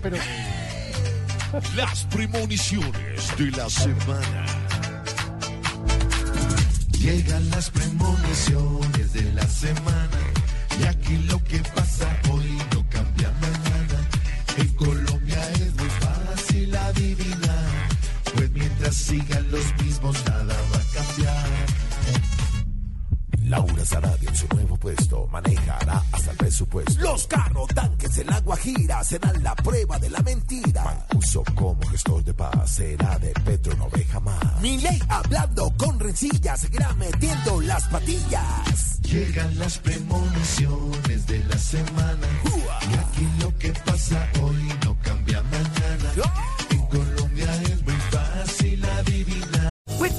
Pero las premoniciones de la semana. Llegan las premoniciones de la semana. Y aquí lo que pasa hoy no cambia mañana. En Colombia es muy fácil adivinar. Pues mientras sigan los mismos, nada va a cambiar. Laura Sarabia en su nuevo puesto manejará hasta el presupuesto. Los carros, tanques, el agua gira, serán la prueba de la mentira. Mancuso como gestor de paz, será de Petro no ve jamás. Milei hablando con rencillas, seguirá metiendo las patillas. Llegan las premoniciones de la semana. Y aquí lo que pasa hoy no cambia mañana. En Colombia es muy fácil adivinar. With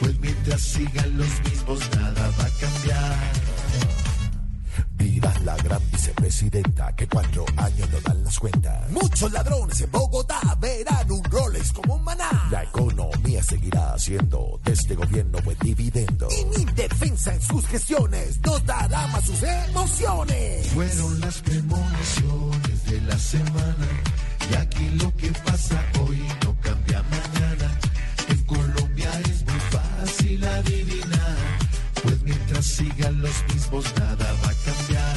Pues mientras sigan los mismos, nada va a cambiar. Mira la gran vicepresidenta que cuatro años no dan las cuentas. Muchos ladrones en Bogotá verán un Rolex como un maná. La economía seguirá haciendo de este gobierno buen dividendo. Y mi defensa en sus gestiones nos dará más sus emociones. Fueron las premoniciones de la semana. Y aquí lo que pasa hoy no cambia mañana. En Colombia es muy fácil adivinar. Pues mientras sigan los mismos, nada va a cambiar.